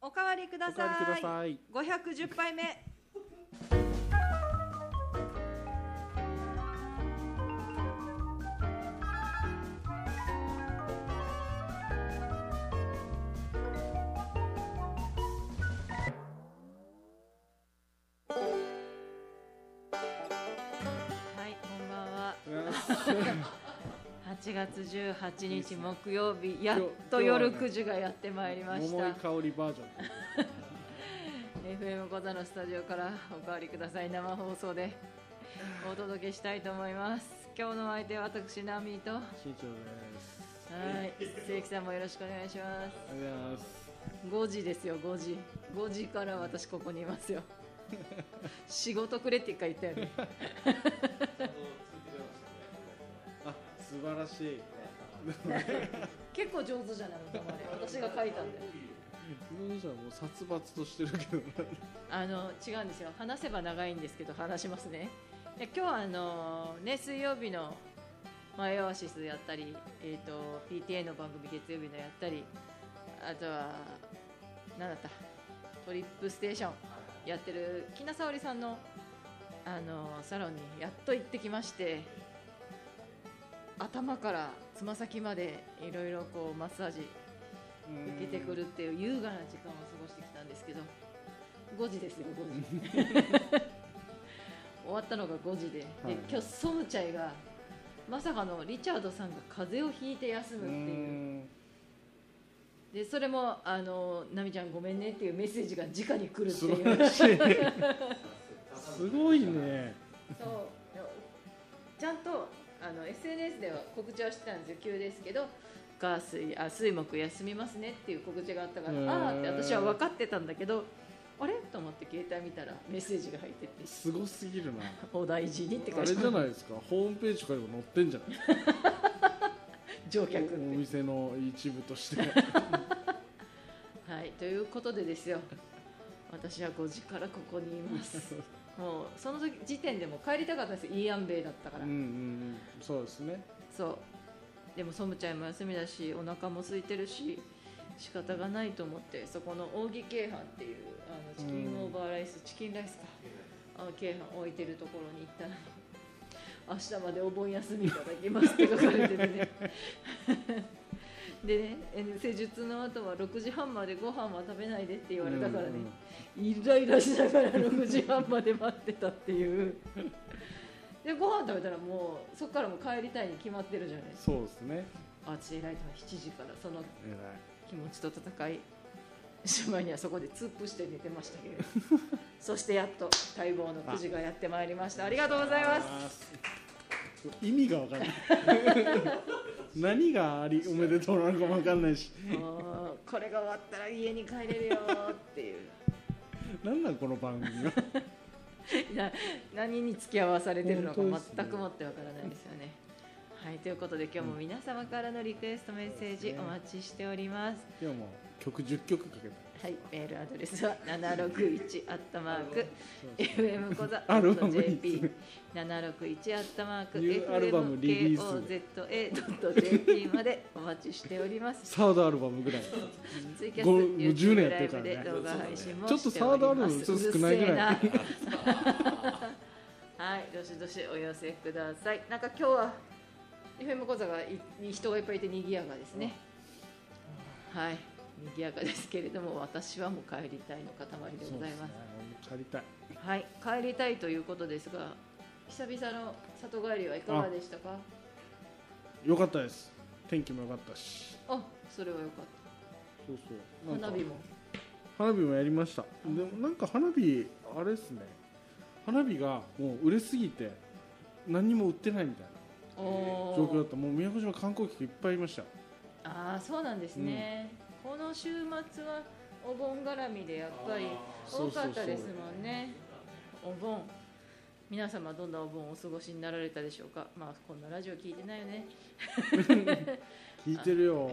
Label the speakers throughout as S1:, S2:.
S1: おかわりくだ
S2: おかわ
S1: さ
S2: りくだ
S1: い
S2: さい
S1: 五百十杯目はいこんばんは8月18日木曜日やっと夜9時がやってまいりまし
S2: 桃井
S1: た
S2: 香りバージョン
S1: FM 小座のスタジオからおかわりください生放送でお届けしたいと思います今日のお相手は私ナミーとは
S2: 新庄です
S1: い関さんもよろしくお願いします
S2: ありがとうございます
S1: 5時ですよ5時5時から私ここにいますよ仕事くれって一回言ったよね
S2: あ素晴らしい
S1: 結構上手じゃないのたまに私が書いたんで
S2: 新庄はもう殺伐としてるけど
S1: あの違うんですよ話せば長いんですけど話しますねで今日はあのね水曜日のマイオアシスやったり、えー、と PTA の番組月曜日のやったりあとは何だったトリップステーションやってる木名沙織さんのあのサロンにやっと行ってきまして頭からつま先までいろいろこうマッサージ受けてくるっていう優雅な時間を過ごしてきたんですけど5時ですよ5時 終わったのが5時でで
S2: はい
S1: 今日ソムチャイがまさかのリチャードさんが風邪をひいて休
S2: う
S1: むっていう
S2: ーん
S1: でそれもあの「奈美ちゃんごめんね」っていうメッセージが直に来るって
S2: 素
S1: い
S2: 晴
S1: う
S2: らしい すごいね
S1: そうでもちゃんとあの SNS では告知はしてたんですよ急ですけど火水あ水木休みますねっていう告知があったから、
S2: へー
S1: ああって私は分かってたんだけどあれと思って携帯見たらメッセージが入ってて
S2: すごすぎるな
S1: 「お大事に」って
S2: あ
S1: 書い
S2: れ
S1: て
S2: じゃ
S1: あ
S2: ないですかホームページからも載ってんじゃない
S1: 乗客
S2: おお
S1: って
S2: 店の一部 として
S1: はいということでですよ私は5時からここにい ますもうその時時点でもう帰りたかったんですよいいやんべいだったか
S2: うん
S1: ら、
S2: うんうんそうですね
S1: そうでもソムちゃんも休みだしお腹も空いてるし仕方がないと思ってそこの扇鶏飯っていうあのチキンオーバーライス、チキンライスかあの鶏飯置いてるところに行ったら明日までお盆休みいただきますって書かれててねでねえー施術の後は6時半までご飯は食べないでって言われたからね、
S2: うんうん
S1: イライラしながら6時半まで待ってたっていう でご飯食べたらもうそこからもう帰りたいに決まってるじゃないですか
S2: そうですね
S1: あっちでライトは7時からその
S2: え
S1: 気持ちと戦いしまいにはそこで突っ伏して寝てましたけれ どそしてやっと待望の9時がやってまいりましたありがとうございます
S2: す意味がわかんない何がありおめでとうなのかもわかんないし
S1: もうこれが終わったら家に帰れるよっていう
S2: 何なんこの番組は
S1: な 何に付き合わされてるのか
S2: 本当ですね
S1: 全くもってわからないですよねはいということで今日も皆様からのリクエストメッセージお待ちしております
S2: 今日も曲10曲かけた
S1: はい、メールアドレスは761アットマー ク FM コザ
S2: アルバムいい
S1: .jp 761アットマーク
S2: ニューアルバムリリー
S1: FMKOZA.jp までお待ちしており ます
S2: サードアルバムぐらい
S1: ツイキャス
S2: ごもう10年やってるからね
S1: YouTube ライブで動画配信も
S2: ちょっと
S1: しております
S2: サードアルバムちょっと少ないぐ らいう
S1: るせえなはい、どしどしお寄せくださいなんか今日は FM 講座がい人がいっぱいいて賑やかですねはい、賑やかですけれども私はもう帰りたいの塊でございます
S2: そうですねもう借りたい
S1: はい、帰りたいということですが、久々の里帰りはいかがでしたか。
S2: よかったです天気も良かったし
S1: あそれは良かっ
S2: そう
S1: た。
S2: そうなんか
S1: 花火も。
S2: 花火もやりましたでもなんか花火あれですね花火がもう売れすぎて何にも売ってないみたい
S1: お
S2: な状況だっ
S1: お。
S2: たもう宮古島観光客いっぱいいました
S1: ああ、そうなんですね。この週末はお盆絡みでやっぱり多かったですもんね。お盆。皆様どんなお盆をお過ごしになられたでしょうか。まあこんなラジオ聞いてないよね。
S2: 聞いてるよ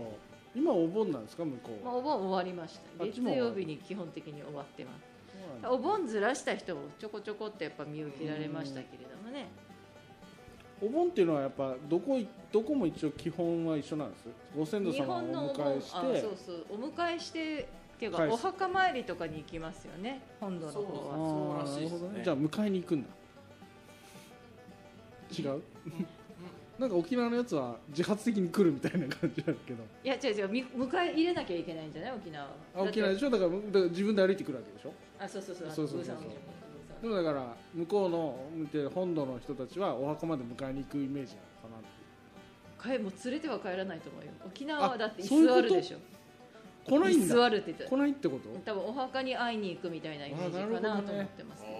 S2: 今お盆なんですか向こう
S1: まあ
S2: は
S1: お盆終わりまし
S2: あ
S1: た。
S2: っ
S1: 月
S2: ちも
S1: 曜日に基本的に終わってます。
S2: そうなんだ
S1: お盆ずらした人をちょこちょこってやっぱ見受けられましたけれどもね。
S2: お盆っていうのはやっぱどこいどこも一応基本は一緒なんですご先祖
S1: 日
S2: 様を
S1: 本のお
S2: お
S1: 盆
S2: 迎
S1: あ
S2: え
S1: そう
S2: して
S1: そうお迎えしてっていうか
S2: 返す
S1: お墓参りとかに行きますよね本土の
S2: あ
S1: 方は
S2: ー
S3: そうらしいですね
S2: なるほどじゃあ迎えに行くんだ違う、 なんか沖縄のやつは自発的に来るみたいな感じだけど
S1: いや違う違うみ迎え入れなきゃいけないんじゃない沖縄は
S2: あ沖縄
S1: だ
S2: で
S1: って
S2: しょだからだから自分で歩いてくるわけでしょ
S1: あそうそうそう
S2: そうそうそうそう
S1: あのブーさん
S2: でもだから向こうの見て本土の人たちはお墓まで迎えに行くイメージなのかな
S1: 帰もう連れては帰らないと思うよ沖縄はだって居
S2: そういうこ
S1: 座
S2: と
S1: るでしょ
S2: 来ないん
S1: 居
S2: だ
S1: 座るって言って
S2: 来ないってこ
S1: 多分お墓に会いに行くみたいなイメージか
S2: あな
S1: な
S2: るほ
S1: と
S2: どね
S1: 思ってますけど
S3: あ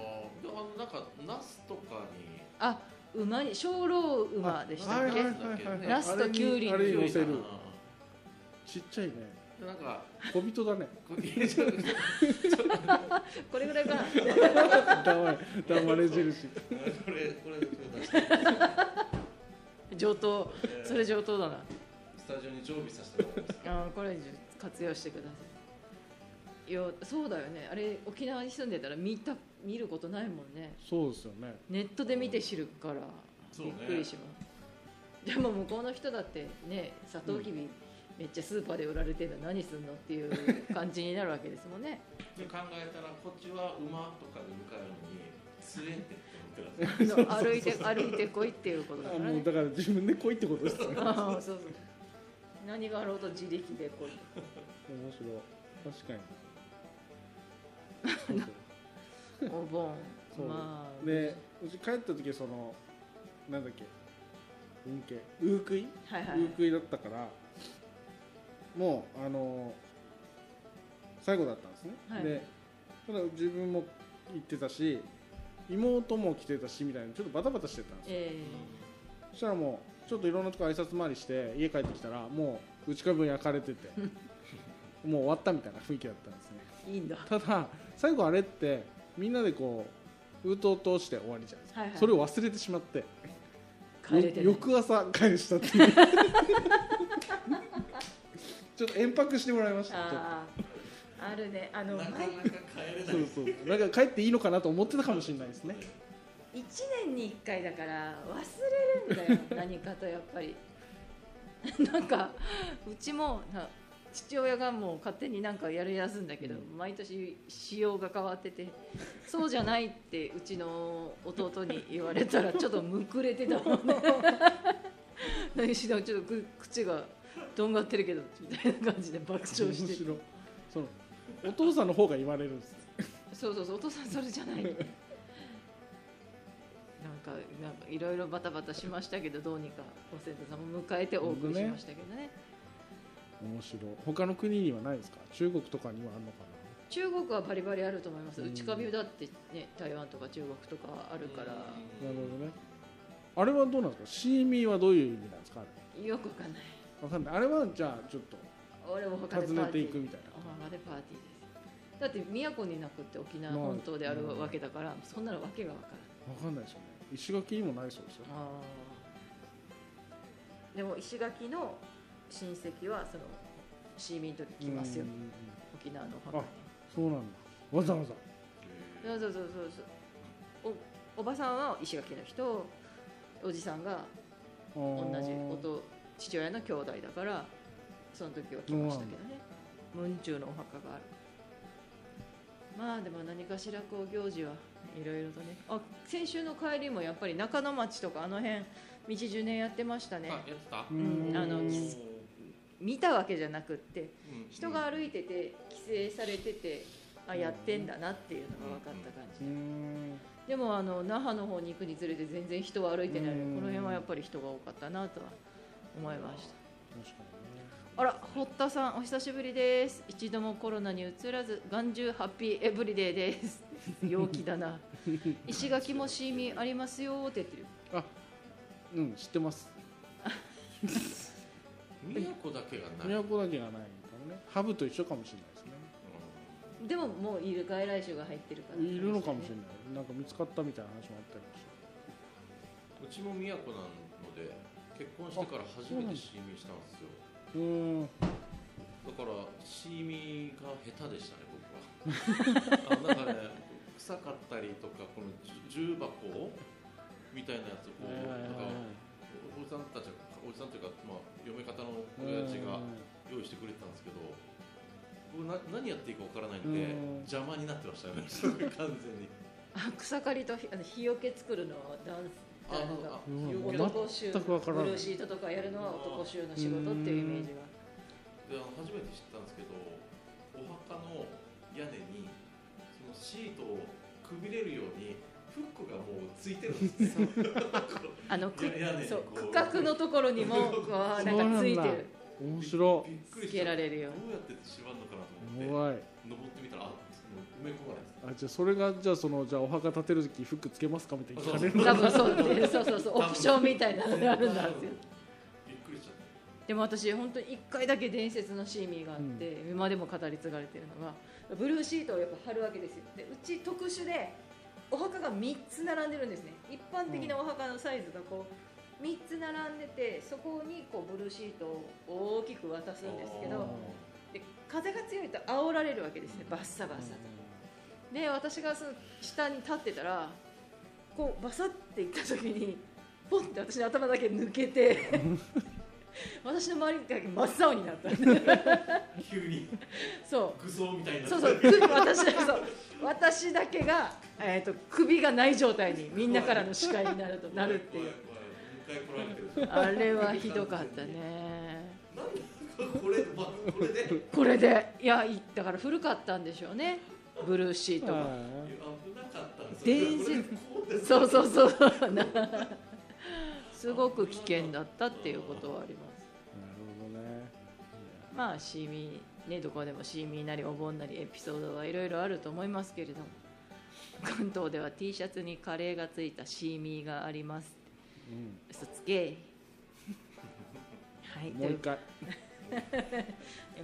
S3: ーあのなんかナスとかに
S1: あ馬に精霊馬でしたっ
S3: あはい
S1: け
S3: はい
S2: と
S1: ナスとキュウリに
S2: あれに
S1: 乗
S2: 乗せる
S3: うん
S2: ちっちゃいね
S3: でなんか
S2: 小人だね
S3: こう入れちゃう
S1: これぐらいかな
S2: 黙れ黙れ印
S3: これこれこれ出して
S1: 上等
S3: え ー
S1: それ上等だな
S3: スタジオに常備させてもらいます
S1: あーこれ活用してくださいいやそうだよねあれ沖縄に住んでたら見た見ることないもんね
S2: そうですよね
S1: ネットで見て知るから
S3: そう
S1: びっ
S3: ね
S1: くりします、でも向こうの人だってねサトウキビ、めっちゃスーパーで売られてるの何すんのっていう感じになるわけですもんね
S3: で考えたらこっちは馬とかで迎えるのに連れてって思ってたんですよ
S1: あの歩いて歩いてこいっていうことだか
S2: あ
S1: ら
S2: も
S1: ね
S2: うだから自分で来いってことですよね面
S1: あーそうそう何があろうと自力でこう
S2: 白い確か にそうそう
S1: お盆
S2: そう
S1: まあ
S2: でうち帰った時そのなんだっけ運慶ウークイ
S1: はいはい
S2: ウークイだったからもうあの最後だったんですね、
S1: はい
S2: でただ自分も行ってたし妹も来てたしみたいなちょっとバタバタしてたんですよ
S1: え
S2: そしたらもうちょっといろんなとこ挨拶回りして家帰ってきたらもう内壁焼かれ ててもう終わったみたいな雰囲気だったんですね
S1: ー、いいんだ
S2: ただ最後あれってみんなでこう封筒を通して終わりじゃないですか、
S1: はいはい
S2: それを忘れてしまって
S1: 帰れてない
S2: 翌朝返したって いうちょっと延泊してもらいましたちょっ
S1: あああるねあの
S3: なかなか
S1: 毎
S3: 帰れ
S2: とそ
S3: ないう
S2: そうなんか帰っていいのかなと思ってたかもしれないですね
S1: 1年に1回だから忘れるんだよ何かとやっぱり なんかうちもな父親がもう勝手になんかやりだすんだけど、
S2: うん
S1: 毎年仕様が変わっててそうじゃないってうちの弟に言われたらちょっとむくれてたも んね何しろちょっとく口がとんがってるけどみたいな感じで爆笑
S2: 面
S1: して
S2: 白いそのお父さんの方が言われるんです
S1: そうそうそうお父さんそれじゃ ないなんかなんかいろいろバタバタしましたけどどうにかご先祖様を迎えてお送りしましたけどね
S2: 面白い他の国にはないですか中国とかにはあるのかな
S1: 中国はバリバリあると思います
S2: うん
S1: 内壁だってね台湾とか中国とかあるから
S3: う
S2: なる
S3: ん
S2: ほどねあれはどうなんですかシーミーはどういう意味なんですかあれ
S1: よくわかんない
S2: わかんないあれはじゃあちょっと
S1: 俺も他でパ
S2: 訪
S1: ー
S2: ね
S1: テ
S2: てい
S1: ィ
S2: く
S1: ー
S2: みたい
S1: お墓でパーティーですだって都になくって沖縄
S2: まあ
S1: 本島であるわけだから、そんなのわけがわからない
S2: なわかんないですよね石垣にもないそうですよ
S1: でも石垣の親戚はその市民と来ますよ
S2: うんうんうん
S1: 沖縄のお墓に
S2: そうなんだわざわざ
S3: え
S1: そうそうそうそうおおばさんは石垣の人おじさんが同
S2: 同
S1: じ弟父親の兄弟だからその時は来ましたけどね文中のお墓があるまあでも何かしらこう行事はいろいろとねあ先週の帰りもやっぱり中野町とかあの辺道10年やってました
S3: ー
S1: ね
S3: あやってた
S2: う
S1: うんあの
S2: う
S1: キス見たわけじゃなくって人が歩
S3: い
S1: いてて規制されててあやってんだなっていうのが分かった感じ、
S2: ーん
S1: でもあの那覇の方に行くにつれて全然人は歩いてないので
S2: うん
S1: この辺はやっぱり人が多かったなとは思いました
S2: 確か
S1: あら堀田さんお久しぶりです一度もコロナにうつらず眼中ハッピーエブリデイです 陽気だ な石垣もシーミーありますよって言ってる
S2: にねうん知ってます
S3: 都だけがない
S2: 宮古だけがないみたいなねハブと一緒かもしれないですね
S3: う
S1: でももういる外来種が入ってるから
S2: いるのかもしれ
S1: い
S2: ないなんか見つかったみたいな話もあったりもして
S3: んうちも都なので結婚してから初めてシーミーしたんですよ
S2: うーん
S3: だからシーミーが下手でしたね 僕はあなんかね臭かったりとかこの重箱みたいなやつをこう、なんかおおじさんたちがおじさんというか、まあ、嫁方の親父が用意してくれてたんですけど僕な何やっていいかわからないんで
S2: うん
S3: 邪魔になってましたね 完全に
S1: あ草刈りとひあの日よけ作るのは男
S3: あ
S1: 性
S3: のあ
S2: うん
S3: 日よけ
S2: ま
S3: であ
S1: 男衆
S2: 全くわからない
S1: ブルーシートとかやるのは男衆の仕事っていうイメージが
S3: の初めて知ったんですけどお墓の屋根にそのシートをくびれるようにフックがもうついてるんで すよ
S1: あのく
S3: いやいやね
S1: そう
S3: こう
S1: 区画のところに もこうなんかつい
S2: そうな
S1: て
S2: んだ
S1: る
S2: 面白
S3: びっ
S1: つ
S3: くり
S1: け
S3: した
S1: ら
S3: どう
S1: れるよ
S3: やって縛るのかなと
S2: い
S3: 思って
S2: 怖い
S3: 登ってみたらあもう埋め込まれて
S2: あじゃあそれがじゃあそのじゃあお墓建てる時フックつけますかみたいに聞かれる
S3: う
S1: 多分そうでそう そうそうオプションみたいなのがあるんだ
S3: びっくりしちゃった
S1: でも私本当に1回だけ伝説のシーミーがあって、今でも語り継がれてるのがブルーシートをやっぱ貼るわけですよでうち特殊でお墓が3つ並んでるんですね一般的なお墓のサイズがこう3つ並んでてそこにこうブルーシートを大きく渡すんですけ
S2: あ
S1: どで風が強いと煽られるわけですねバッサバッサと。で私がその下に立ってたらこうバサっていった時にポンって私の頭だけ抜けて 私の周りだけ真っ青になった
S3: 急に
S1: そ
S3: グソみたいに
S1: う
S3: な
S1: そうそうく私だそう私だけが、えー、と首がない状態にみんなからの視界になるとなるっていう
S3: 怖い怖い怖い迎え来られてる
S1: あれはひどかったね
S3: なんでこれまこれでいや
S1: これでいやいだから古かったんでしょうねブルーシートが
S2: あ
S3: 危なかったんです
S1: 伝説
S3: これこうです
S1: そうそうそうなすごく危険だったっていうことはあります
S2: ーなるほどね
S1: まあシーミーねどこでもシーミーなりお盆なりエピソードはいろいろあると思いますけれども関東では T シャツにカレーがついたシーミーがあります
S2: う
S1: 嘘つけはい
S2: ん、もう一回
S1: で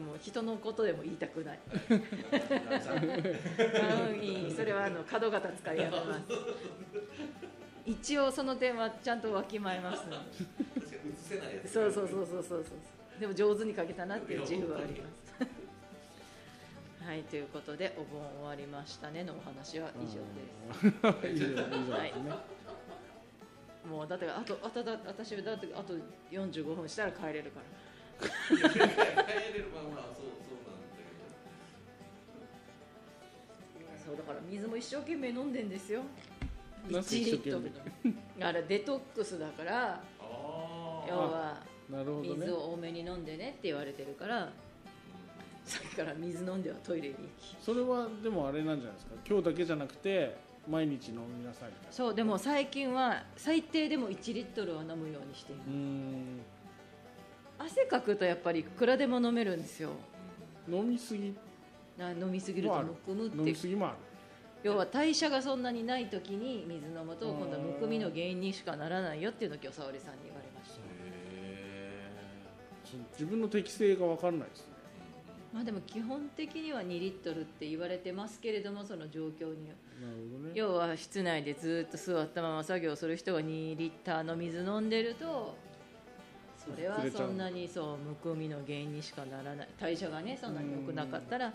S1: もう人のことでも言いたくない
S3: は
S1: うんいいそれはあの角型使いやめます一応その点はちゃんとわきまえますので
S3: い確かに映せないやつ
S1: そうそうそうそうそうそうでも上手に書けたなっていう自負はありますはいということでお盆終わりましたねのお話は以上です
S2: あ ー以上以上ですね、
S1: もうだってあとあただ私だってあと45分したら帰れるから
S3: い や帰れるまあまあそうそうなんだけ
S1: そうだから水も一生懸命飲んでんですよ
S2: なんで
S1: 1リ
S2: 一生
S1: ッ
S2: 懸
S1: ト
S2: 命
S1: ルあれデトックスだから
S3: ど
S1: 要
S3: ああ
S1: は
S2: なるほどね
S1: 水を多めに飲んでねって言われてるから さっきから水飲んではトイレに行き
S2: それはでもあれなんじゃないですか今日だけじゃなくて毎日飲みなさいみたいな
S1: そうでも最近は最低でも1リットルは飲むようにしています
S2: うーん
S1: 汗かくとやっぱりいくらでも飲めるんですよ
S2: 飲みすぎ
S1: な飲みすぎるとむくむっ
S2: 飲
S1: てい
S2: み
S1: う
S2: すぎもあ
S1: 要は代謝がそんなにない時に水飲むと
S2: うん
S1: 今度はむくみの原因にしかならないよっていうのを今日沙織さんに言われました
S3: へえ
S2: るその自分の適性が分かんないですね
S1: まあでも基本的には2リットルって言われてますけれどもその状況によ
S2: なるほどね
S1: 要は室内でずっと座ったまま作業する人が2リッターの水飲んでるとそれはそんなにそうむくみの原因にしかならない代謝がねそんなに良くなかったら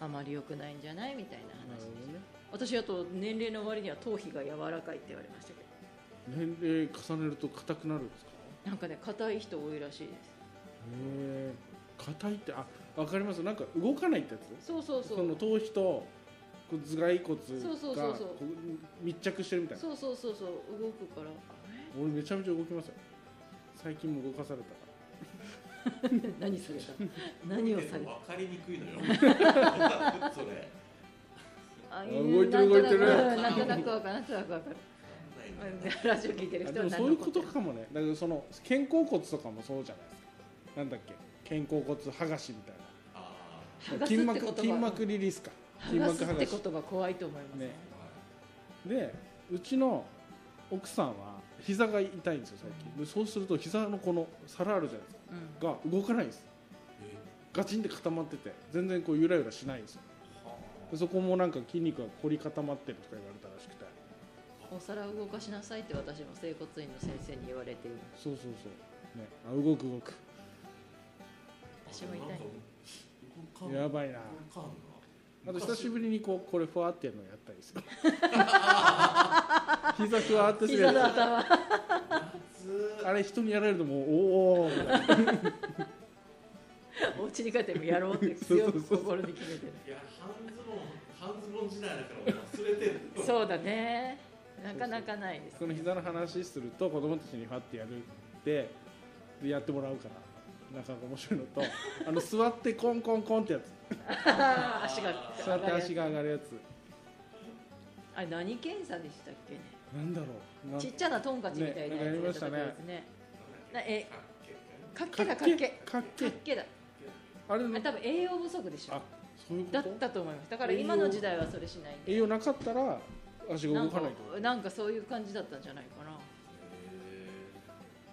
S1: あまり良くないんじゃないみたいな
S2: なる
S1: 話でし
S2: ほ
S1: た私あと年齢の割には頭皮が柔らかいって言われましたけど
S2: どね年齢重ねると硬くなるんですか
S1: なんかね硬い人多いらしいで
S2: へえ硬いってあ分かりますなんか動かないってや
S1: すそうそう
S2: つ
S1: そ
S2: そうの頭皮とこう頭蓋骨
S1: そうそうそ
S2: が
S1: うそう
S2: こう密着してるみたいな
S1: そうそうそうそう動くから
S2: 俺めちゃめちゃ動きますよ最近も動かされたから
S1: え 何 された何をされ
S3: 分
S1: た
S3: かりにくいの よそれ
S1: あ
S2: 動いてる動いてる
S1: なんとなくわかるなんとなくわかる
S3: わかんないのよ
S1: ラジオ聞いてる
S2: あ
S1: 人
S2: で
S1: は
S2: も
S1: 何
S2: そうい
S1: の
S2: うことかもねだからその肩甲骨とかもそうじゃないですかなんだっけ肩甲骨剥がしみたいな
S3: あ
S1: 剥がすって言葉
S2: 筋膜筋膜リリースか筋
S1: 剥が
S2: 膜
S1: す
S2: 剥
S1: っ
S2: が
S1: て
S2: し
S1: 言葉怖いと思いますね
S2: ね
S3: あ
S2: でうちの奥さんは膝が痛いんですよ最近でそうすると膝のこの皿あるじゃないです
S1: うん
S2: かが動かないんです
S3: え
S2: ガチンって固まってて全然こうゆらゆらしないんですよ
S3: は
S2: でそこもなんか筋肉が凝り固まってるとか言われたらしくて
S1: お皿を動かしなさいって私も整骨院の先生に言われて いる
S2: そうそうそうねあ動く動く
S3: あ
S1: 私も痛い
S3: なんか動かん
S2: やばいな
S3: 動かんな
S2: あと久しぶりにこうこれふわってやるのやったり する膝ふわってする
S1: 膝の
S2: や
S1: 頭
S3: 夏
S2: つあれ人にやられるともうおーおーみたいな
S1: お家に帰ってもやろうって強く心に決めてる
S3: いや半ズボン半ズボン時代だからもう忘れてる
S1: そうだねなかなかないです
S2: この膝の話すると子供たちにファってやるってでやってもらうからなかなか面白いのとあの座ってコンコンコンってやつ
S1: 足が
S2: 座って足
S1: が
S2: が上がるやつ
S1: あれ何検査でしたっけね
S2: なんだろうな
S1: ちっちゃなトンカチみたいなやつ
S2: ねなんかやりましたね
S1: やった時ですねなえ
S3: かっけえ
S1: かっけだかっけ
S2: かっけ
S1: かっけだ
S2: あれ
S1: あれ多分栄養不足でし
S2: あ
S1: ょ
S2: そういうこ
S1: だ
S2: と
S1: ったと思いますだから今の時代はそれしないんで
S2: 栄養なかったら足が
S1: な
S2: 動
S1: ん
S2: か
S1: か
S2: ないと
S1: なんかそういう感じだったんじゃないかな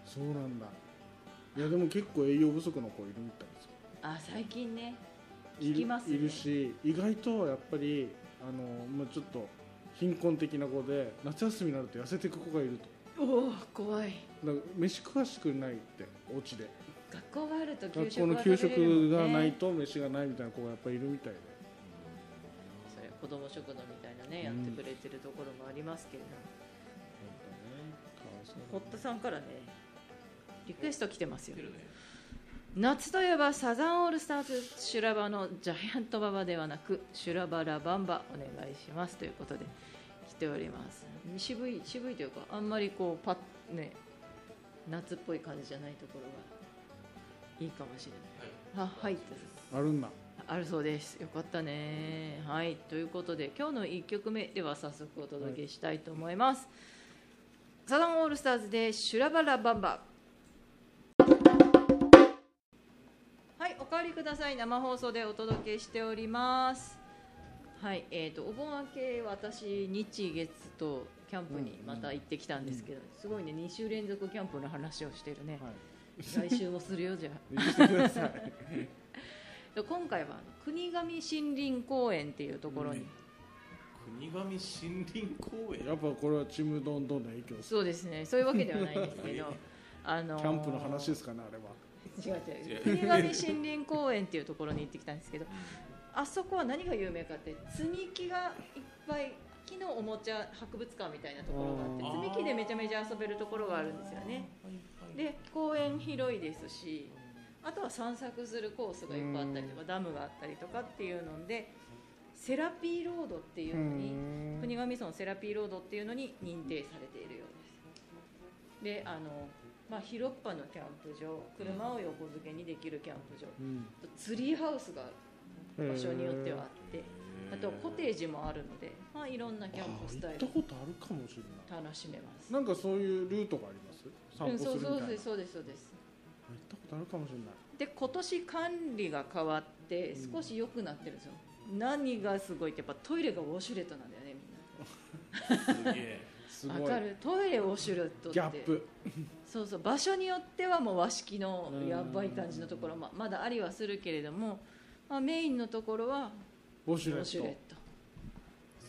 S2: そうなんだいやでも結構栄養不足の子いるみたいですよ
S1: あ最近ね
S2: いる
S1: 聞きますね
S2: いるし意外とやっぱりあの、まあ、ちょっと貧困的な子で夏休みになると痩せてく子がいると
S1: おお怖い
S2: だから飯食わしてくれないってお家で
S1: 学校があると給
S2: 学
S1: 食
S2: 校の
S1: は
S2: 給
S1: 食べれるもん
S2: 食
S1: ね
S2: がないと飯がないみたいな子がやっぱりいるみたいで
S1: それ子ども食堂みたいなねやってくれてるところもありますけれども、堀田さんからねリクエスト来てます
S3: 知っ
S1: よ
S3: てるね
S1: 夏といえばサザンオールスターズ修羅場のジャイアント馬場ではなく修羅場ラバンバお願いしますということで来ております渋い渋いというかあんまりこうパッね夏っぽい感じじゃないところがいいかもしれ
S3: はい
S1: ないあはいって
S2: あるんだ
S1: あるそうですよかったねはいということで今日の1曲目では早速お届けしたいと思います、サザンオールスターズで修羅場ラバンバはいおかわりください生放送でお届けしておりますはいえー、とお盆明け私日月とキャンプにまた行ってきたんですけど、すごいね2週連続キャンプの話をしてるね、
S2: はい
S1: 来週もするよじゃあ
S2: 言って ください
S1: で今回はあの国頭森林公園っていうところに、
S2: うん
S3: 国頭森林公園
S2: やっぱこれはちむどんどんの影響です
S1: そうですねそういうわけではないん ですけどあの
S2: キ
S1: ー
S2: ャンプの話ですかねあれは
S1: 違う違う国頭森林公園っていうところに行ってきたんですけどあそこは何が有名かって積み木がいっぱい木のおもちゃ博物館みたいなところがあって
S3: あー
S1: 積み木でめちゃめちゃ遊べるところがあるんですよね
S3: はいはい
S1: で公園広いですしあとは散策するコースがいっぱいあったりとかダムがあったりとかっていうのでセラピーロードっていうのに国頭村セラピーロードっていうのに認定されているようですであの、まあ、広っ端のキャンプ場車を横付けにできるキャンプ場
S2: うん
S1: あとツリーハウスが場所によってはあってあとコテー
S3: ジ
S1: ジもあるので、まあ、いろんなキャンプスタイル
S2: あ行ったことあるかもしれない
S1: 楽しめます
S2: なんかそういうルートがあります散
S1: うん
S2: 歩す
S1: そ
S2: る
S1: う
S2: みた
S1: そうで
S2: いな、行
S1: すそうですそうです
S2: ったことあるかもしれない
S1: で今年管理が変わって少し良くなってるんですよ、何がすごいってやっぱトイレがウォシュレットなんだよね
S3: すげえ
S2: す
S1: みん
S2: ご
S1: ないわかるトイレウォシュレットって
S2: ギャップ
S1: そうそう場所によってはもう和式のやばい感じのところもまだありはするけれども、まあ、メインのところは
S2: ウォ
S1: ウ
S2: シュレ
S1: ォ
S2: ッ
S1: シュレッ
S2: ト
S1: ト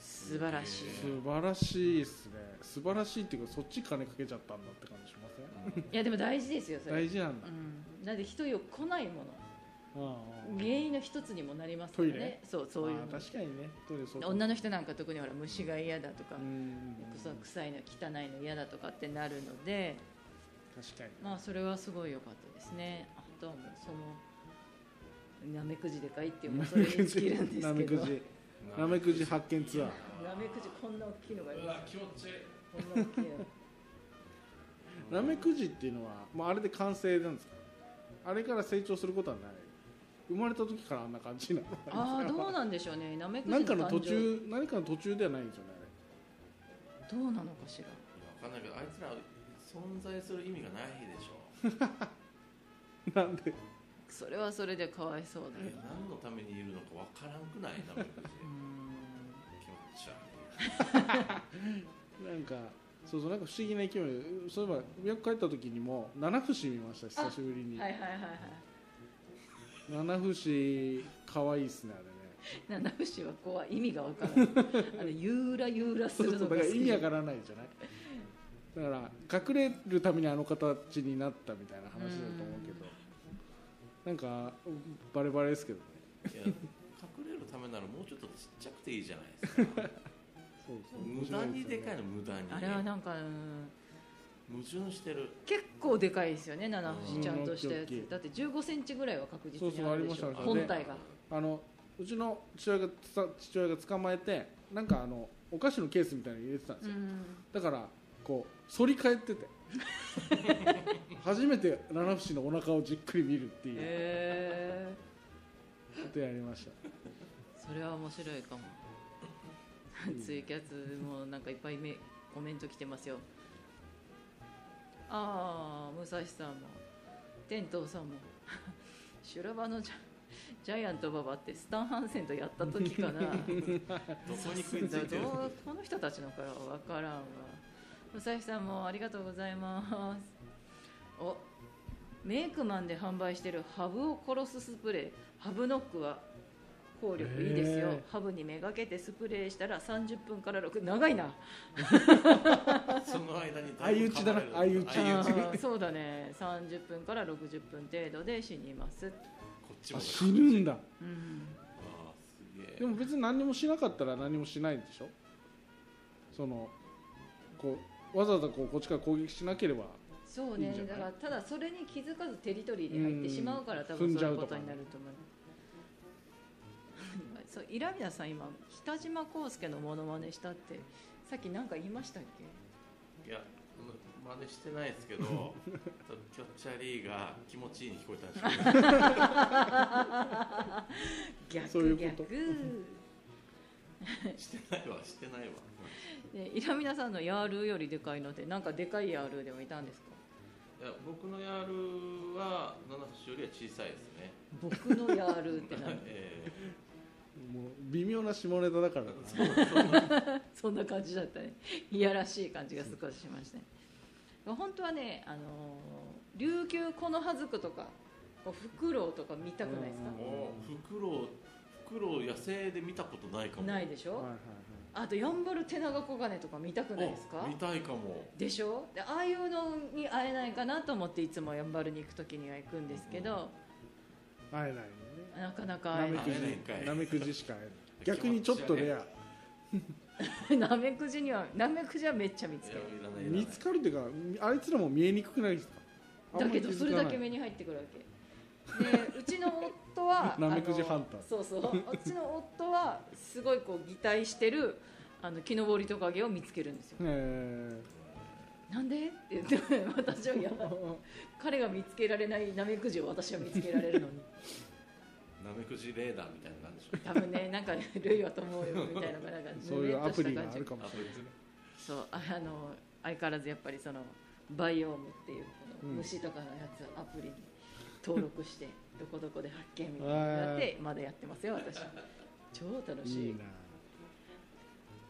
S1: 素晴らしい
S2: 素晴らしいですね素晴らしいっていうかそっち金かけちゃったんだって感じしません
S1: いやでも大事ですよそれ、
S2: 大事なんだ、
S1: うん、なんで人よ来ないも
S2: うんうん
S1: の原因の一つにもなりますから
S2: トイレ
S1: ねそうそういう
S2: あー確かにねトイレそう
S1: の女の人なんか特にほら虫が嫌だとか、
S2: うん
S1: その臭いの汚いの嫌だとかってなるので
S2: 確かに
S1: まあそれはすごい良かったですねあとはもうそのなめくじでかいっていうもうそれに尽きるんですけど
S2: なめくじなめくじ発見ツアー
S1: なめくじこんな大きいのがあり
S3: う
S1: ま
S3: わ気持ちい
S1: す
S3: い
S1: こんな大きいの
S2: なめくじっていうのは、まあ、あれで完成なんですかあれから成長することはない生まれた時からあんな感じなの
S1: ああどうなんでしょうねなめくじの
S2: 何か
S1: 誕生
S2: の途中何かの途中ではないんですよねあれ
S1: どうなのかしら
S3: わかんないけどあいつら存在する意味がないでしょ
S2: なんで
S1: それはそれでかわいそうだよ
S3: 何のためにいるのかわからんくないなめくじ
S1: うーん
S3: 気持ち悪
S2: なんかそうそうなんか不思議な生き物でそういえばよく帰った時にも七節見ました久しぶりに
S1: はいはいはいはい
S2: 七節可愛いですねあれね
S1: 七節は怖い意味がわから ないあのゆうらゆうらす
S2: そう
S1: る
S2: そう
S1: の
S2: だか
S1: が
S2: ら
S1: 好
S2: 意
S1: き
S2: 味わからないじゃないだから隠れるためにあの形になったみたいな話だと思うけどなんかバレバレですけどね
S3: いいや隠れるためならもうちょっとちっちゃくていいじゃないですか
S2: そうそう
S3: 無駄にでかいの無駄に
S1: あれはなんかうん
S3: 矛盾してる
S1: 結構でかいですよね七
S3: う
S1: 節
S3: ん
S1: ちゃんとしたや
S2: 大きい大き
S1: つ
S2: い
S1: だって1 5センチぐらいは確実
S2: そうそう
S1: にあるでしょ
S2: ありました
S1: 本体が、
S2: あのうちの父親がつさ父親が捕まえてなんかあのお菓子のケースみたいなのに入れてたんです
S1: う
S2: よ、
S1: ん、
S2: だからこう反り返ってて初めて七節のお腹をじっくり見るってい
S1: へ
S2: う
S1: え
S2: ことやりました
S1: それは面白いかもツイキャスもなんかいっぱいめコメント来てますよああ武蔵さんも天童さんも 修羅場のジャジャイアント馬場ってスタン・ハンセンとやった時かな
S3: どこに食いついてる
S1: どうこの人たちのからわからんわ武蔵さんもありがとうございますおメイクマンで販売してるハブを殺すスプレーハブノックは効力いいですよ
S2: へ
S1: ハブにめがけてスプレーしたら30分から6長いな
S3: その間に
S2: 相打ちだな
S3: 噛まれ
S2: 相
S3: る
S2: 打ち
S1: あ
S3: 相打ちこ
S1: ーそうだね30分から60分程度で死にます、
S3: っち
S2: あ
S3: も
S2: 死ぬんだ
S1: うん、
S3: あーすげえ
S2: でも別に何もしなかったら何もしないんでしょそのこうわざわざこうこっちから攻撃しなければ
S1: そう
S2: いい
S1: ね
S2: んじゃない
S1: だからただそれに気づかずテリトリーに入ってしまうから
S2: うん
S1: 多分
S2: 踏ん
S1: そ
S2: じ
S1: う
S2: ゃ
S1: いうう
S2: と
S1: こ
S2: か
S1: とになると思う そうイラミナさん今北島康介のモノマネしたってさっき何か言いましたっけ
S3: いや真似してないですけ ど多分キャッチャーリーが気持ちいいに聞こえたんですけど
S1: 逆
S2: そういうこと
S1: 逆
S3: してないわしてないわ
S1: でイラミナさんのヤールーよりでかいのでなんかでかいヤールーでもいたんですか
S3: いや僕のやるは七橋よりは小さいですね
S1: 僕のヤールーってな
S3: え
S2: もう微妙な下ネタだからな
S3: ーそうそう
S1: そんな感じだったねいやらしい感じが少ししましたね本当はね、あのー琉球木の葉づくとかこうフクロウとか見たくないですか
S3: もうフクロウフクロウ野生で見たことないかも
S1: ない
S3: で
S1: でしょ、
S2: はいはいはい
S1: あとヤンバルテナガコガネとか見たくないですか
S3: 見たいかも
S1: でしょでああいうのに会えないかなと思っていつもヤンバルに行く時には行くんですけど、
S2: 会えないよ
S1: なかなか会え
S2: ね
S1: な
S2: なめく
S3: 会えないんかい
S2: じなめくじしか会えない逆にちょっとレア
S1: いナ メクジにはナメクジはめっちゃ見つ
S3: い
S1: け
S3: や
S1: る
S3: いらないいらない
S2: 見つかるっていうかあいつらも見えにくくないですかあん
S1: だ
S2: まり
S1: けど
S2: 気づ
S1: そ
S2: か
S1: れ
S2: ない
S1: だけ目に入ってくるわけで うちの夫は
S2: ナメクジハンター
S1: あのそうそううちの夫はすごいこう擬態してるあの木登りトカゲを見つけるんですよ
S2: へ
S1: なんでって言って私はいや
S2: ー
S1: 彼が見つけられないナメクジを私は見つけられるのに
S3: ナメクジレーダーみたいな のなんでしょう
S1: 多分ねなんか類はと思うよみたいななんか
S2: そういうアプリがある
S1: か
S2: かもしれないですね
S1: そうああの相変わらずやっぱりそのバイオームっていうこの
S2: うん
S1: 虫とかのやつをアプリに登録して どこどこで発見みたいなのやってまだやってますよ私超楽しい
S2: いいな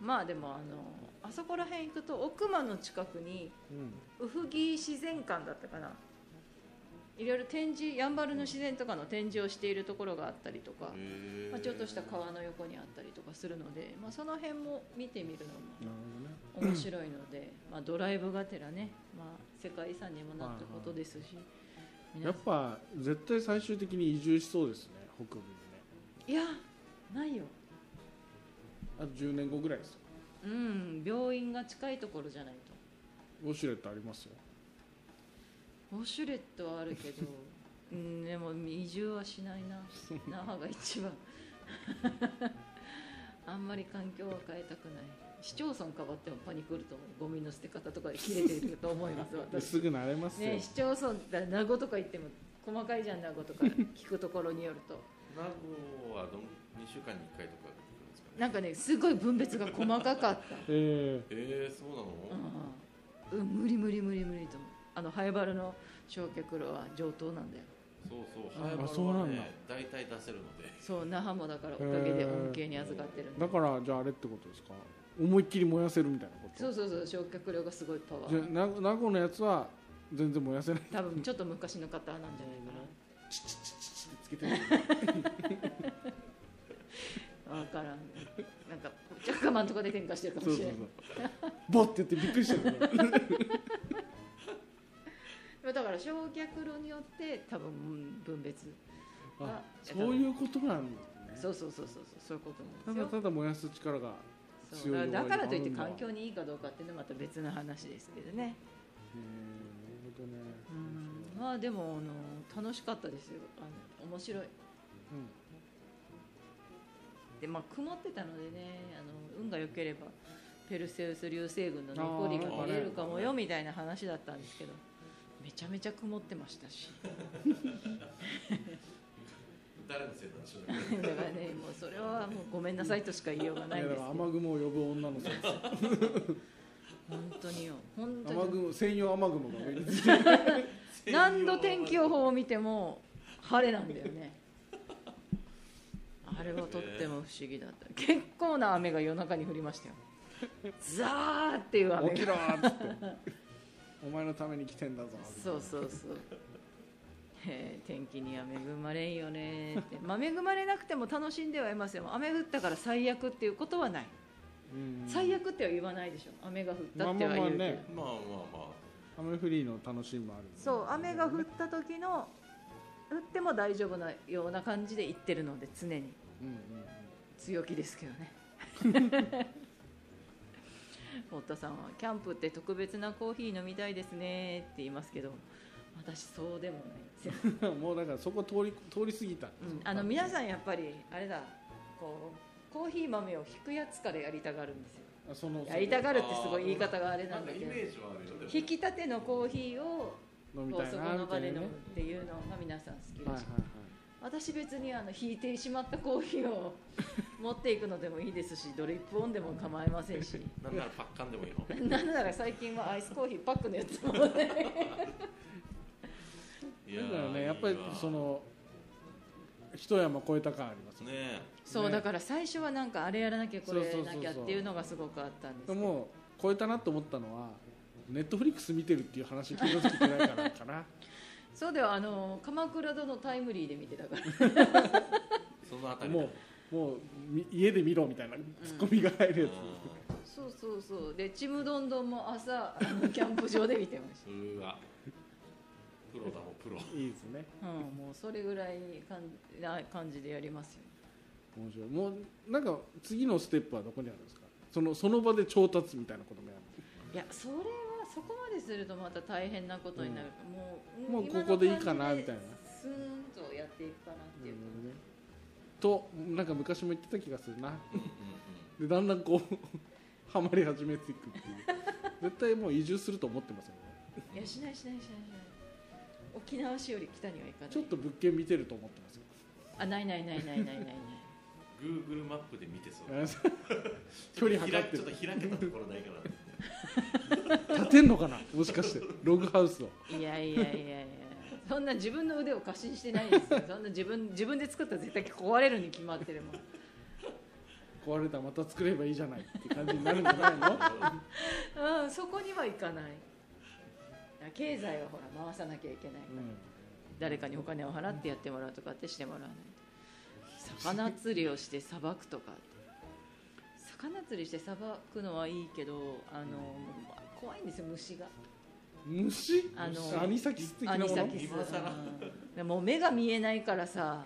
S1: まあでもあのあそこら辺行くと奥間の近くに
S2: うん
S1: ウフギ自然館だったかないろいろ展示やんばるの自然とかの展示をしているところがあったりとか、
S3: へー
S1: まあ、ちょっとした川の横にあったりとかするので、まあ、その辺も見てみるのも
S2: なるほどね
S1: 面白いので、まあ、ドライブがてらね、まあ、世界遺産にもなったことですし、
S2: や
S1: 皆
S2: っ
S1: さ
S2: ぱ絶対最終的に移住しそうですね北部にね
S1: んいやないよ、
S2: あと10年後ぐらいですよ
S1: うん、病院が近いところじゃないと
S2: ウォシュレットありますよ
S1: ウォシュレットはあるけ ど、うん、でも移住はしないな那覇が一番 あんまり環境は変えたくない市町村かばってもパニクると思うゴミの捨て方とかで切れていると思います 私
S2: すぐ慣れますよ、
S1: ね、市町村だ名護とか言っても細かいじゃん名護とか聞くところによると
S3: 名護はどん2週間に1回とか来るんですかね
S1: なんかねすごい分別が細かかっ
S2: え
S3: えー、そうなの、
S1: た、うんうん、無理無理無理無理と思うあの灰原の焼却炉は上等なんだよ
S3: そうそう
S2: あ
S3: 早
S2: そう
S3: 場
S2: な
S3: は
S2: んだ
S3: ね大体出せるので
S1: そう那覇もだからおかげで恩恵に預かってるん
S2: ー
S1: で
S2: だからじゃああれってことですか思いっきり燃やせるみたいなこと
S1: そうそうそう焼却炉がすごいパワ
S2: じゃあ
S1: ー
S2: な名護のやつは全然燃やせない
S1: 多分ちょっと昔の方なんじゃないかな
S2: つけてる
S1: 分からんなんかジャッカマンとかで転化してるかも
S2: そう
S1: し
S2: そう
S1: れ
S2: そ
S1: な
S2: う
S1: い
S2: ボッてやってびっくりして る
S1: まあだから焼却炉によって多分うん分別あ
S2: あそういうことなんだね
S1: そうそうそうそうそうそういうこと
S2: た
S1: なん
S2: だ
S1: ですよ
S2: ただ燃やす力が
S1: そう
S2: 強い
S1: だからだからといって
S2: 弱い
S1: 環境にいいかどうかっていうのはまた別の話ですけどね
S2: うほどね
S1: うんまあでもあの楽しかったですよあの面白い
S2: うん
S1: でまあ曇ってたのでねあの運が良ければペルセウス流星群の残りが見れるかもよみたいな話だったんですけどめちゃめちゃ曇ってましたし
S3: 誰のせいなんでしょう
S1: だ
S3: ね
S1: からねもうそれはもうごめんなさいとしか言いようがない
S2: い
S1: ん
S2: や
S1: で
S2: だ
S1: す
S2: から
S1: け
S2: 雨
S1: ど
S2: 雲を呼ぶ女の子です
S1: 本当によ本当
S2: 雨
S1: に
S2: 雲専用雨雲が上について
S1: 何度天気予報を見ても晴れなんだよね あれはとっても不思議だった結構な雨が夜中に降りましたよザーっていう雨が
S2: 起きろーっつってお前のために来てんだぞ
S1: そうそうそうへえ天気には恵まれんよ ねって、まあ、恵まれなくても楽しんではいますよ雨降ったから最悪っていうことはない
S2: うん
S1: 最悪っては言わないでしょ雨が降った
S2: まあ
S1: って
S2: まあ
S1: は言
S2: まあ
S1: うけど、
S2: ね
S3: まあまあまあ
S2: 雨降りの楽しみもある
S1: そう雨が降った時の降っても大丈夫なような感じで行ってるので常に
S2: うんうん
S1: 強気ですけど ね堀田さんは「キャンプって特別なコーヒー飲みたいですね」って言いますけど私そうでもないんですよ
S2: うん もうだからそこ通り通り過ぎた、
S1: うんあの皆
S2: ん
S1: さんやっぱりあれだこうコーヒー豆を引くやつからやりたがるんですよ
S2: その
S1: やりたがるってすごい言い方があれ
S3: な
S1: なんん
S3: か
S1: だ
S3: イ
S1: けど
S3: メージはあるよでも
S1: 引きたてのコーヒーを
S2: 飲み
S1: こ
S2: た
S1: う
S2: い
S1: そこ
S2: な
S1: の
S2: みた
S1: 場
S2: い
S1: で
S2: な
S1: 飲
S2: ね
S1: むっていうのが皆さん好きで
S2: はいはい
S1: し
S2: はい
S1: 私別にあの引いてしまったコーヒーを持っていくのでもいいですしドリップオンでも構いませんし
S3: なんならパッカンで もいいの
S1: なんなら最近はアイスコーヒーパックのやつもね
S3: いや
S2: だ
S3: ー
S2: からねやっぱり
S3: いいわ
S2: その一山越えた感ありますね
S3: ねえ
S1: そう
S2: ね
S1: だから最初はなんかあれやらなきゃこれやらなきゃっていうのがすごくあったんですけ
S2: で
S1: ど
S2: も超えたなと思ったのはネットフリックス見てるっていう話聞いた時聞いてないからかな
S1: そうだよあの鎌倉殿のタイムリーで見てたから
S3: そのあたりだ
S2: もうもうみ家で見ろみたいなツッコミが入るやつ、
S3: う
S1: そうそうそうでちむどんどんも 朝あのキャンプ場で見てまし
S3: んうーわプロだもん プロ
S2: いいですね
S1: た、うん、もうそれぐらいかんな感じでやりますよ
S2: 面白いもうなんか次のステップはどこにあるんですかそのその場で調達みたいなこともや
S1: いやそれはそこまでするとまた大変なことになる、も
S2: る
S1: う
S2: もう
S1: 今
S2: こ
S1: の
S2: こでいいかな
S1: 感
S2: み
S1: じで
S2: たいな
S1: スーンとやっていくかなっていう感じ、
S2: となんか昔も言ってた気がするな
S3: うんうん
S2: でだんだんこう ハマり始めていくっていう絶対もう移住すると思ってますよね
S1: いやしないしないしないしない沖縄市より北には行かない
S2: ちょっと物件見てると思ってますよ
S1: あないないないないないないない
S3: うん Google マップで見てそう
S2: 距離測っ
S3: 開
S2: て
S3: ちょっ
S2: る
S3: と開けたところないから
S2: 建てんのかなもしかしてログハウスを
S1: いやいやいやいやそんな自分の腕を過信してないですよそんな自分自分で作ったら絶対壊れるに決まってるもん
S2: 壊れたらまた作ればいいじゃないって感じになるんじゃないの
S1: うん、そこには行かない経済はほら回さなきゃいけない、誰かにお金を払ってやってもらうとかってしてもらわないと魚釣りをしてさばくとかって魚釣りしてさばくのはいいけどあの、怖いんですよ虫が
S2: うん虫
S1: あの
S2: アニサキス的なも
S1: ア
S2: の
S1: ニサキス
S3: 今更
S1: でもう目が見えないからさ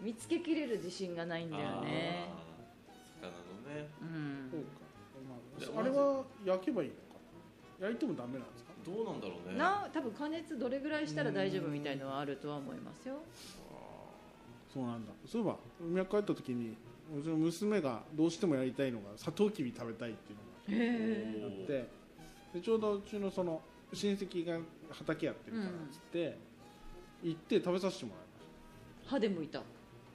S1: 見つけきれる自信がないんだよね
S3: あー魚のね
S1: うん
S2: そうか、まあ、あれは焼けばいいのか焼いてもダメなんですか
S3: どうなんだろうね
S1: な多分加熱どれぐらいしたら大丈夫みたいのはあるとは思いますよ
S2: そうなんだそういえば海帰った時にうちの娘がどうしてもやりたいのがサトウキビ食べたいっていう
S1: へえ
S2: のがあっ
S3: おー
S2: てでちょうどうちのその親戚が畑やってるからっつって、行って食べさせてもらいまし
S1: 歯でもいた
S2: た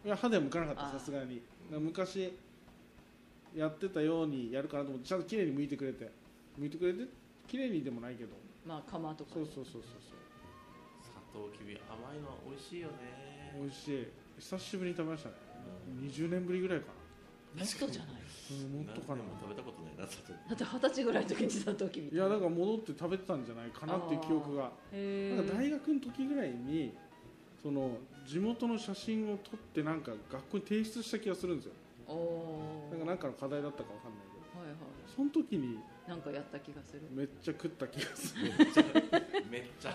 S2: いや歯では剥かなかっ
S1: あー
S2: たさすがにだから昔やってたようにやるかなと思ってちゃんと綺麗に剥いてくれて剥いてくれて綺麗にでもないけど
S1: まあ釜とか
S2: そうそうそうそうそ
S3: サトウキビ甘いの美味しいよ
S2: う
S3: ね
S2: 美味しい久しぶりに食べましたね
S3: うん
S2: 20年ぶりぐらいかな
S1: もっとじゃない
S2: うんもっとか
S3: 何
S2: な
S3: 年も食べたことないなサトウキ
S1: だっ
S3: ビ
S1: て二十歳ぐらいの時にした時みたい
S2: い
S1: な
S2: やだ
S1: へ
S2: から戻って食べてたんじゃないかなっていう記憶が
S1: え
S2: なんか大学の時ぐらいにその地元の写真を撮ってなんか学校に提出した気がするんですよ
S1: おおは
S2: なんかなんかの課題だったかわかんないけ
S1: いは
S2: どその時に
S1: いなんかやった気がする
S2: めっちゃ食った気がする
S3: めっちゃ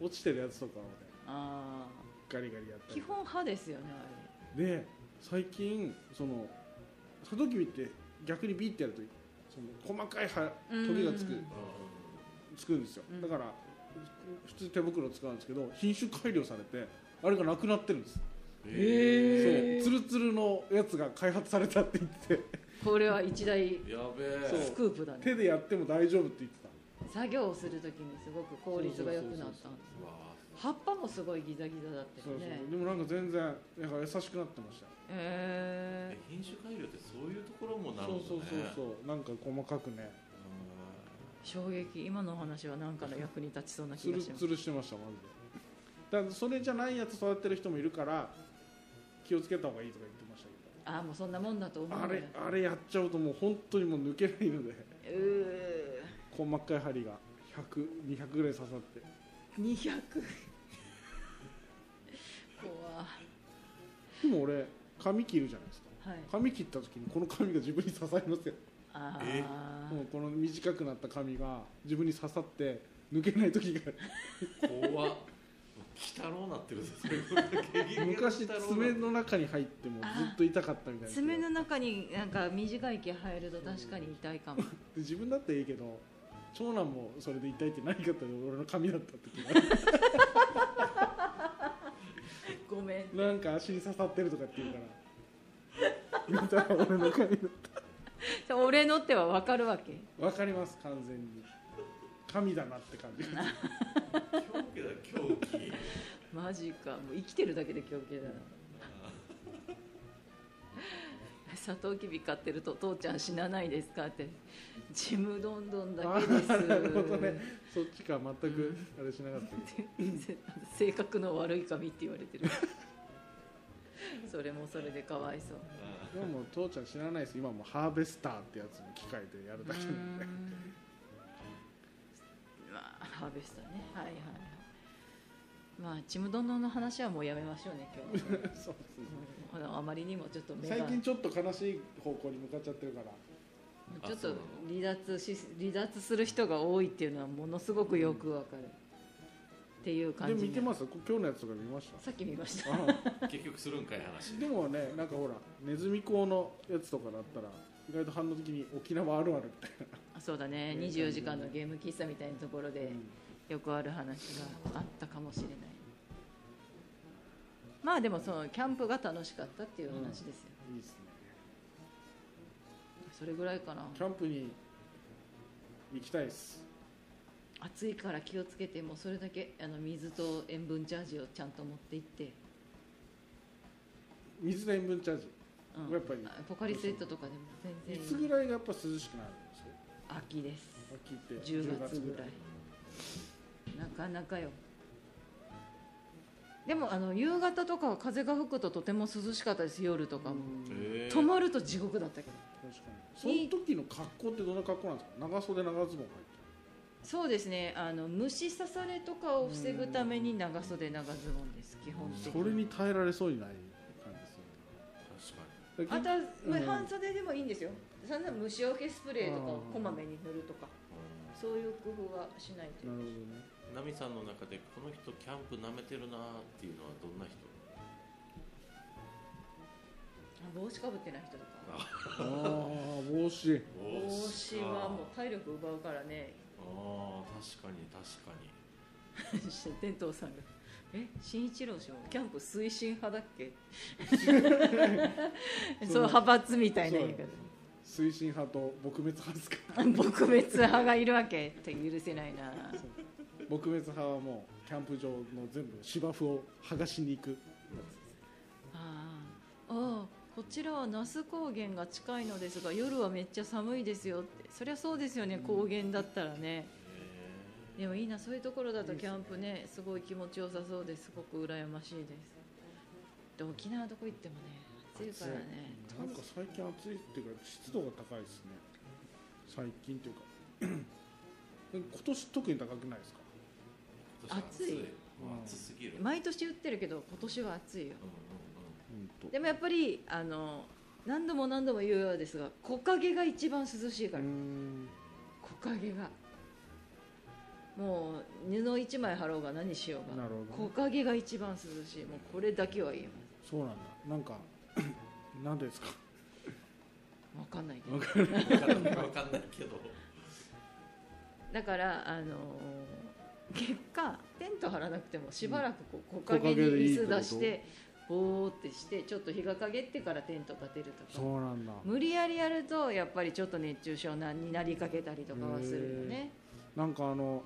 S2: 落ちてるやつとかをね
S1: あ
S2: ガリガリやっ
S1: あ
S2: た
S1: 基
S2: り
S1: 本歯ですよね
S2: で最近そのサトウキビって逆にビーってやるとその細かい歯
S1: あれ
S2: トゲがつく
S1: うん
S3: う
S2: つくんですよ、
S1: うん
S2: だから普通手袋使うんですけど品種改良されてあれがなくなってるんです、
S4: へー
S2: そうツルツルのやつが開発されたって言ってて
S1: これは一大
S3: やべえ
S2: そう
S1: スクープだね
S2: 手でやっても大丈夫って言ってた
S1: 作業をするときにすごく効率が良くなった
S2: そうそうそう
S3: うわ
S1: 葉っぱもすごいギザギザだった
S2: そう
S1: よ
S2: そう、
S1: ね
S2: でもなんか全然なんか優しくなってました
S1: え
S3: え品種改良ってそういうところもな
S2: そ
S3: るん
S2: う
S3: だね
S2: そうそうそうなんか細かくね
S1: ー、衝撃今のお話は何かの役に立ちそうな
S2: ツ
S1: 気が
S2: ル
S1: します
S2: ツルしてましたマジでだからそれじゃないやつ育ててる人もいるから気をつけた方がいいとか言ってましたけ
S1: ああもうそんなもんだと思
S2: どあ
S1: うね
S2: れあれやっちゃうともう本当にもう抜けないので
S1: うー
S2: 細かい針が100200ぐらい刺さって
S1: 200怖
S2: でも俺髪切るじゃないですか
S1: はい
S2: 髪切った時にこの髪が自分に刺さりますよ
S1: あ
S3: え
S1: あ
S2: もうこの短くなった髪が自分に刺さって抜けない時がある
S3: ー怖っ鬼太郎なってるぞそれこれゲゲゲの鬼
S2: 昔
S3: 太郎な
S2: 爪の中に入ってもずっと痛かったみたいな
S1: 爪の中になんか短い毛入ると確かに痛いか も
S2: で自分だったらいいけど長男もそれで痛いって何かって俺の髪だった時がある
S1: ごめん
S2: なんか足に刺さってるとかって言うから見たら俺の髪だっ
S1: 俺のっては分かるわけ
S2: たわかります完全に髪だなって感じが
S3: 狂気だ狂気
S1: マジかもう生きてるだけで狂気だな サトウキビ買ってると父ちゃん死なないですかってちむどんどんだけです
S2: あーなるほどねそっちか全くあれしなかったけど
S1: 性格の悪い髪って言われてる それもそれでかわいそう
S3: あ
S2: でももう父ちゃん知らないです今もうハーベスターってやつの機械でやるだけなんで
S1: まあハーベストねはいはいはいまあちむどんどんの話はもうやめましょうね今 日は
S2: そうですね
S1: うんあのあまりにもちょっと目が
S2: 最近ちょっと悲しい方向に向かっちゃってるから
S1: ちょ
S3: あ
S1: っ
S3: そ
S1: と
S3: うなの
S1: 離脱し離脱する人が多いっていうのはものすごくよくわかる、っていう
S2: で
S1: 感
S2: も
S1: じ
S2: 見て
S1: にな
S2: ま
S1: る
S2: す今日のやつとか見まし
S1: さっき見ま した
S2: たあ
S3: ー結局するんかい話
S2: でもねなんかほらネズミ講のやつとかだったら意外と反応的に沖縄あるあるみたい
S1: あそうだね
S2: ね
S1: 24時間のゲーム喫茶みたいなところで
S2: な、
S1: よくある話があったかもしれないまあでもそのキャンプが楽しかったっていう話ですよ、
S2: いいですね
S1: それぐらいかな
S2: キャンプに行きたいです
S1: 暑いから気をつけてもうそれだけあの水と塩分チャージをちゃんと持っていって、
S2: 水で塩分チャージ
S1: うん
S2: やっぱり
S1: あポカリスエットとかでも全
S2: いつ
S1: 然
S2: ぐらいがやっぱ涼しくなるんですか
S1: 秋です
S2: 秋って
S1: 10月ぐらいなかなかよでもあの夕方とかは風が吹くととても涼しかったです夜とか
S2: う
S1: も、
S2: ん
S3: えー
S1: 泊まると地獄だったけど
S2: 確かにその時の格好ってどんな格好なんですか長袖長ズボン入って
S1: そうですねあの虫刺されとかを防ぐために長袖長ズボンです基本的
S2: それ
S1: に
S2: に耐えられそうにない感じですよね
S3: 確かに
S2: だから
S1: あとは、まあ
S2: うん
S1: 半袖でもいいんですよそんな虫除けスプレーとかをこまめに塗るとかそういう工夫はしないと
S2: なるほどね
S3: ナミさんの中でこの人キャンプなめてるなーっていうのはどんな人
S1: あ帽子かぶってない人とか
S2: ああ帽子」
S1: 帽子はもう体力奪うからね
S3: ああー確かに確かに
S1: 天童さんが「え新一郎氏もキャンプ推進派だっけ?そう派閥みたいな言い
S2: そう
S1: 方
S2: 推進派と撲滅派ですか
S1: 撲滅派がいるわけって許せないな
S2: 撲滅派はもうキャンプ場の全部芝生を剥がしに行く
S1: あーあーこちらは那須高原が近いのですが夜はめっちゃ寒いですよってそりゃそうですよね高原だったらね
S3: へ
S1: でもいいなそういうところだとキャンプねすごい気持ちよさそうですごく羨ましいですで沖縄どこ行ってもね暑いからね
S2: なんか最近暑いっていうか湿度が高いですね最近っていうか 今年特に高くないですか
S3: ー
S1: 暑い
S3: もう
S2: うん
S3: 暑すぎる、うんうん
S1: 毎年言ってるけど今年は暑いよ
S2: うんと
S1: でもやっぱりあの何度も何度も言うようですが木陰が一番涼しいから、
S2: ん
S1: 木陰がもう布一枚貼ろうが何しよう
S2: な
S1: が
S2: るほど
S1: 木
S2: ね
S1: 陰が一番涼しいもうこれだけは言えま
S2: そうなんだなんか なんでですか
S1: す分かんないけど
S3: うんうんわかんないわかんないけど
S1: だからあの結果テント張らなくてもしばらくこう木
S2: 木
S1: 陰に
S2: 陰でいいっ
S1: 椅
S2: て
S1: 子
S2: こと
S1: 出してぼーってしてちょっと日が陰ってからテント立てると
S2: そ
S1: か
S2: うなんだ
S1: 無理やりやるとやっぱりちょっと熱中症なになりかけたりとかはするよね
S2: なんかあの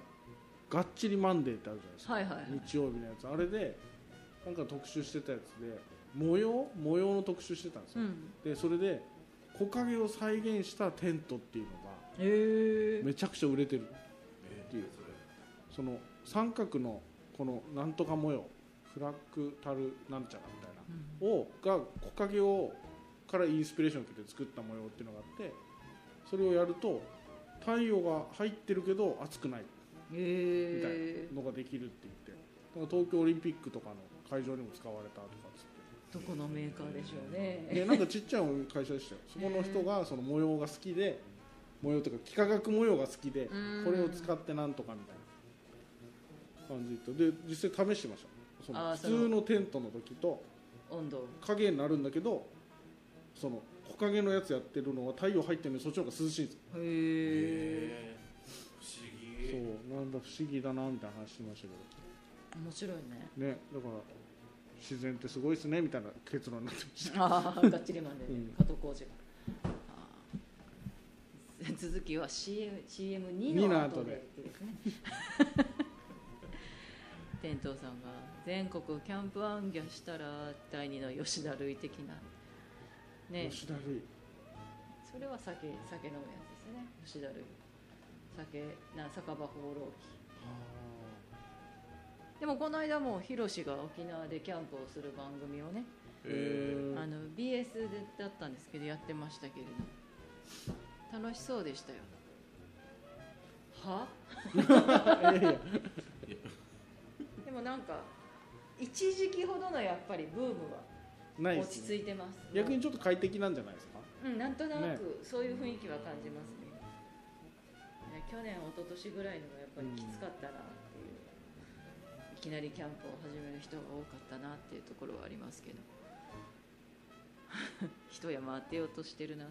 S2: がっちりマンデーってあるじゃないですか、
S1: はいはいはい
S2: 日曜日のやつあれでなんか特集してたやつで模様模様の特集してたんです
S1: う
S2: よ、
S1: ん
S2: でそれで木陰を再現したテントっていうのが
S1: へえ
S2: めちゃくちゃ売れてる
S3: え
S2: っていうその三角のこのなんとか模様フラッグタルなんちゃらみたいなをが木陰をからインスピレーションを受けて作った模様っていうのがあってそれをやると太陽が入ってるけど熱くないみたい
S1: へえ
S2: なのができるって言ってだから東京オリンピックとかの会場にも使われたとかっつっ
S1: どこのメーカーでしょう
S2: て
S1: ね
S2: でなんかちっちゃい会社 でしたよそこの人がその模様が好きで模様というか幾何学模様が好きで
S1: うん
S2: これを使ってなんとかみたいな感じとで実際試してましたそ
S1: あ
S2: の
S1: ー
S2: 普
S1: その
S2: 通のテントの時と
S1: 温度
S2: 影になるんだけどその木陰のやつやってるのは太陽入ってるのにそっちの方が涼しいんですよ
S1: へ
S3: え
S1: え
S3: へえ不思
S2: そう
S3: 議
S2: なんだ不思議だなみたいな話してましたけど
S1: 面白いね
S2: ねだから自然ってすごいですねみたいな結論になってました
S1: ああ、がっちりマンで、
S2: うん
S1: ね、加藤浩次が。あー続きは CM, CM 2の後でっていうですね。店頭さんが全国キャンプアンギャしたら第二の吉田類的な。ね、
S2: 吉田類
S1: それは酒酒飲むやつですね。吉田類。酒な酒場放浪記。でもこの間もヒロシが沖縄でキャンプをする番組をね。
S3: え
S1: あの BS でだったんですけどやってましたけれど楽しそうでしたよは
S2: あいやいや
S1: でもなんか一時期ほどのやっぱりブーム
S2: ない
S1: は
S2: で
S1: 落ち
S2: す、ね、
S1: 着いてます
S2: 逆にちょっと快適なんじゃないですか
S1: うん、なんとな
S2: ね
S1: くそういう雰囲気は感じますねね去年一昨年ぐらいのがやっぱりきつかったなっていう、いきなりキャンプを始める人が多かったなっていうところはありますけど 一山当てようとしてる な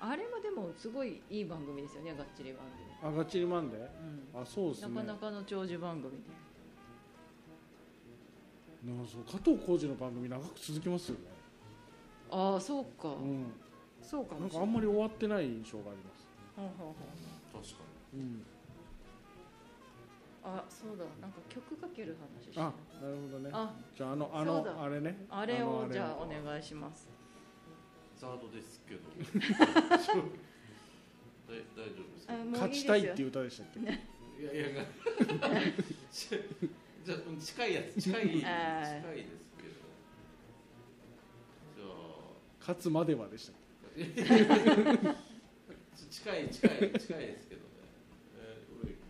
S1: あれもでもすごいいい番組ですよねがっちり番
S2: あがっちりマンデー
S1: 組、うん
S2: あそうですね
S1: なかなかの長寿番組で
S2: なんかそう加藤浩次の番組長く続きますよね
S1: ああそうか、
S2: うん
S1: そうか
S2: な
S1: も
S2: ん
S1: し
S2: か
S1: れ
S2: あ
S1: ない
S2: んまり終わってない印象があります
S1: ほんほんほん
S3: 確か
S2: うん
S1: あそうだなんか曲かける話して
S2: あ
S1: た
S2: なるほどね
S1: あ
S2: じゃああのあ
S1: そう
S2: の
S1: だ
S2: あれね
S1: あれ
S2: の
S1: をじゃあ
S2: を
S1: お願いします。
S3: にザードですけどだい大丈夫です
S1: あ
S3: か
S1: もう
S2: 勝ちたい
S1: で
S2: っ
S1: す
S2: て
S1: よ
S2: いう歌でしたっけ
S3: いやいやじゃじゃあ近いやつ近い近いですけどじゃ
S1: あー
S3: あ
S2: 勝つまではでしたっ
S3: 近い近い近いですけどね。えー、俺
S2: け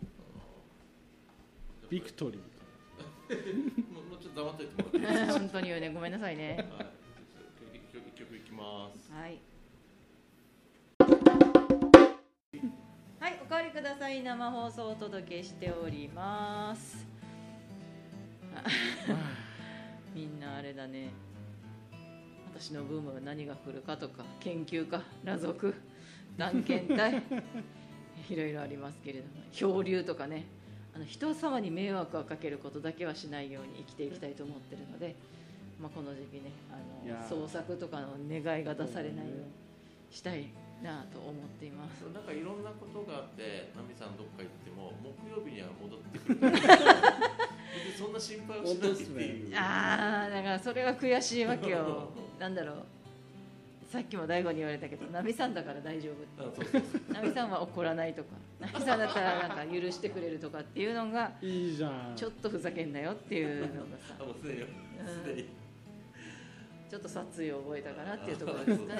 S2: ビクトリー
S3: もうもうちょっと黙っといてもらっていいで す
S1: 本当によね、ごめんなさいね。
S3: か。はい。一曲一曲いきます。
S1: はい。はい、おかわりください。生放送をお届けしており ます。あみんなあれだね。私のブームは何が来るかとか、研究家、裸族、断検 体。いろいろありますけれども、漂流とかね。あの人様に迷惑をかけることだけはしないように生きていきたいと思ってるので、まあ、この時期ね
S2: いや
S1: あの
S2: ー
S1: 創作とかの願いが出されないようにしたいなと思っています。
S3: なんかいろんなことがあって、ナミさんどっか行っても木曜日には戻っ てくるから。別にそんな心配をしないっていう。
S1: ああ、だからそれが悔しいわけよ。なんだろう。さっきも大悟に言われたけど、ナミさんだから大丈夫。
S3: あそうそうそう。
S1: ナミさんは怒らないとか、ナミさんだったらなんか許してくれるとかっていうのが、
S2: いいじゃん
S1: ちょっとふざけんなよっていうのがさ、
S3: あもうすでにすでに。
S1: ちょっと殺意を覚えたかなっていうところ
S3: あ
S1: です
S3: そう
S1: ね。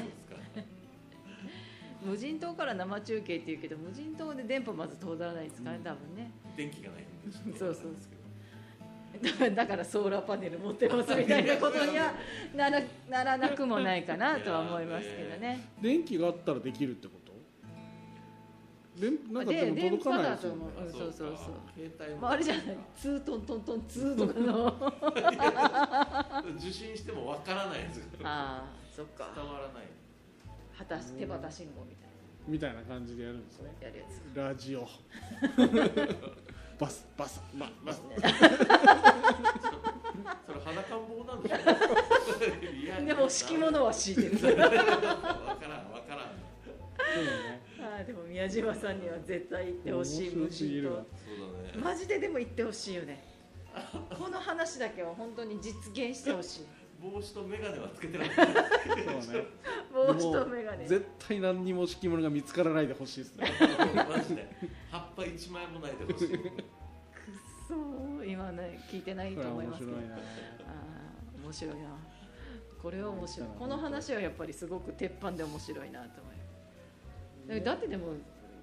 S1: 無人島から生中継っていうけど、無人島で電波まず通らないですからね、多分ね。
S3: 電気がないんでちょっと
S1: そうそう
S3: ですけど。
S1: だから だからソーラーパネル持ってますみたいなことにはならならなくもないかなとは思いますけどね。
S2: 電気があったらできるってこと電なんかでも
S1: で電
S2: 届か
S1: 波
S2: ない
S1: だ
S2: です
S1: と
S2: よね
S1: 思う。うん、そうそうそう。
S3: 携帯
S1: まあ、あれじゃない、ツートントントンツーとか の。
S3: 受信してもわからないやつが
S1: ああ、そっか。
S3: 伝わらない
S1: 果たし手旗信号みたい
S2: みたいな感じでやるんですね
S1: やるやつ
S2: ラ ジオバスバスバ バス
S3: それ裸ん坊 なんでしょリアル
S1: でも敷物は敷いてる
S3: わからんわから
S2: そ
S3: ん
S2: うだね
S1: あーでも宮島さんには絶対行ってほしい無
S2: 面白すぎ
S1: 人
S2: る
S1: 島
S2: わ
S3: そうだね
S1: マジででも行ってほしいよねこの話だけは本当に実現してほしい
S3: 帽子と眼鏡はつけてない
S2: そうね
S1: 帽子とメガネ
S2: 絶対何にも敷物が見つからないでほしいですね
S3: マジで葉っぱ一枚もないでほしい
S1: くっそー今ね聞いてない
S2: ことれは
S1: 思い
S2: 面
S1: ますけ
S2: 白い
S1: ど
S2: な
S1: あー面白いなこれは面白いこの話はやっぱりすごく鉄板で面白いなと思いますだってでも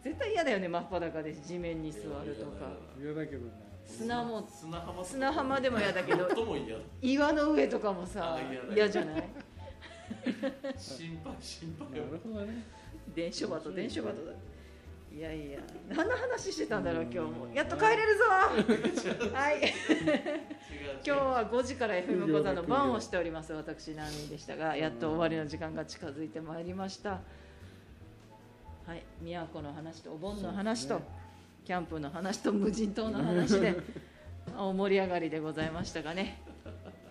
S1: 絶対嫌だよね真っ裸で地面に座るとか
S2: 嫌だけどね
S1: 砂も
S3: 砂浜
S1: 砂浜でも嫌だけ ど
S3: とも嫌
S1: 岩の上とかもさ
S3: あー嫌だ
S1: 嫌じゃない
S3: 心配心
S2: な
S3: 配
S2: るほどね
S1: 伝書鳩伝書鳩だいやいや何の話してたんだろう今日も
S2: うん
S1: やっと帰れるぞはい
S3: 違う
S1: 今日は5時から FM 講座の
S2: 副業だ副
S1: 番
S2: 業
S1: をしております私ナーミンでしたがやっと終わりの時間が近づいてまいりましたはい宮古の話とお盆の話と、
S2: そうです
S1: キャンプの話と無人島の話 で大盛り上がりでございましたがね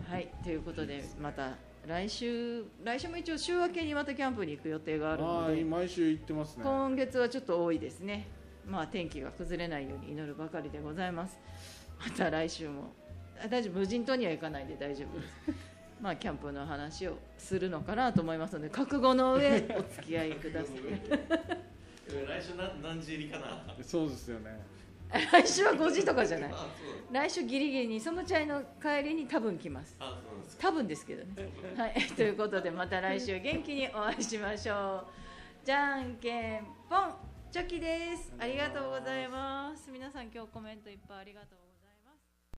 S1: はいということでまた来週来週も一応週明けにまたキャンプに行く予定があるの
S2: あ
S1: で
S2: ー毎週行ってますね
S1: 今月はちょっと多いですね、まあ、天気が崩れないように祈るばかりでございますまた来週もあ大丈夫無人島には行かないで大丈夫ですまあキャンプの話をするのかなと思いますので覚悟の上お付き合いく ださ
S3: 来週何何時入りかな
S2: そうですよね
S1: い 来週は5時とかじゃない
S3: あ
S1: 来週ギリギリにそのチャイの帰りに多分来ます
S3: そうあそうなんです
S1: 多分ですけどねはい ということでまた来週元気にお会いしましょうじゃんけんぽんチョキですありがとうございます皆さん今日コメントいっぱいありがとうございます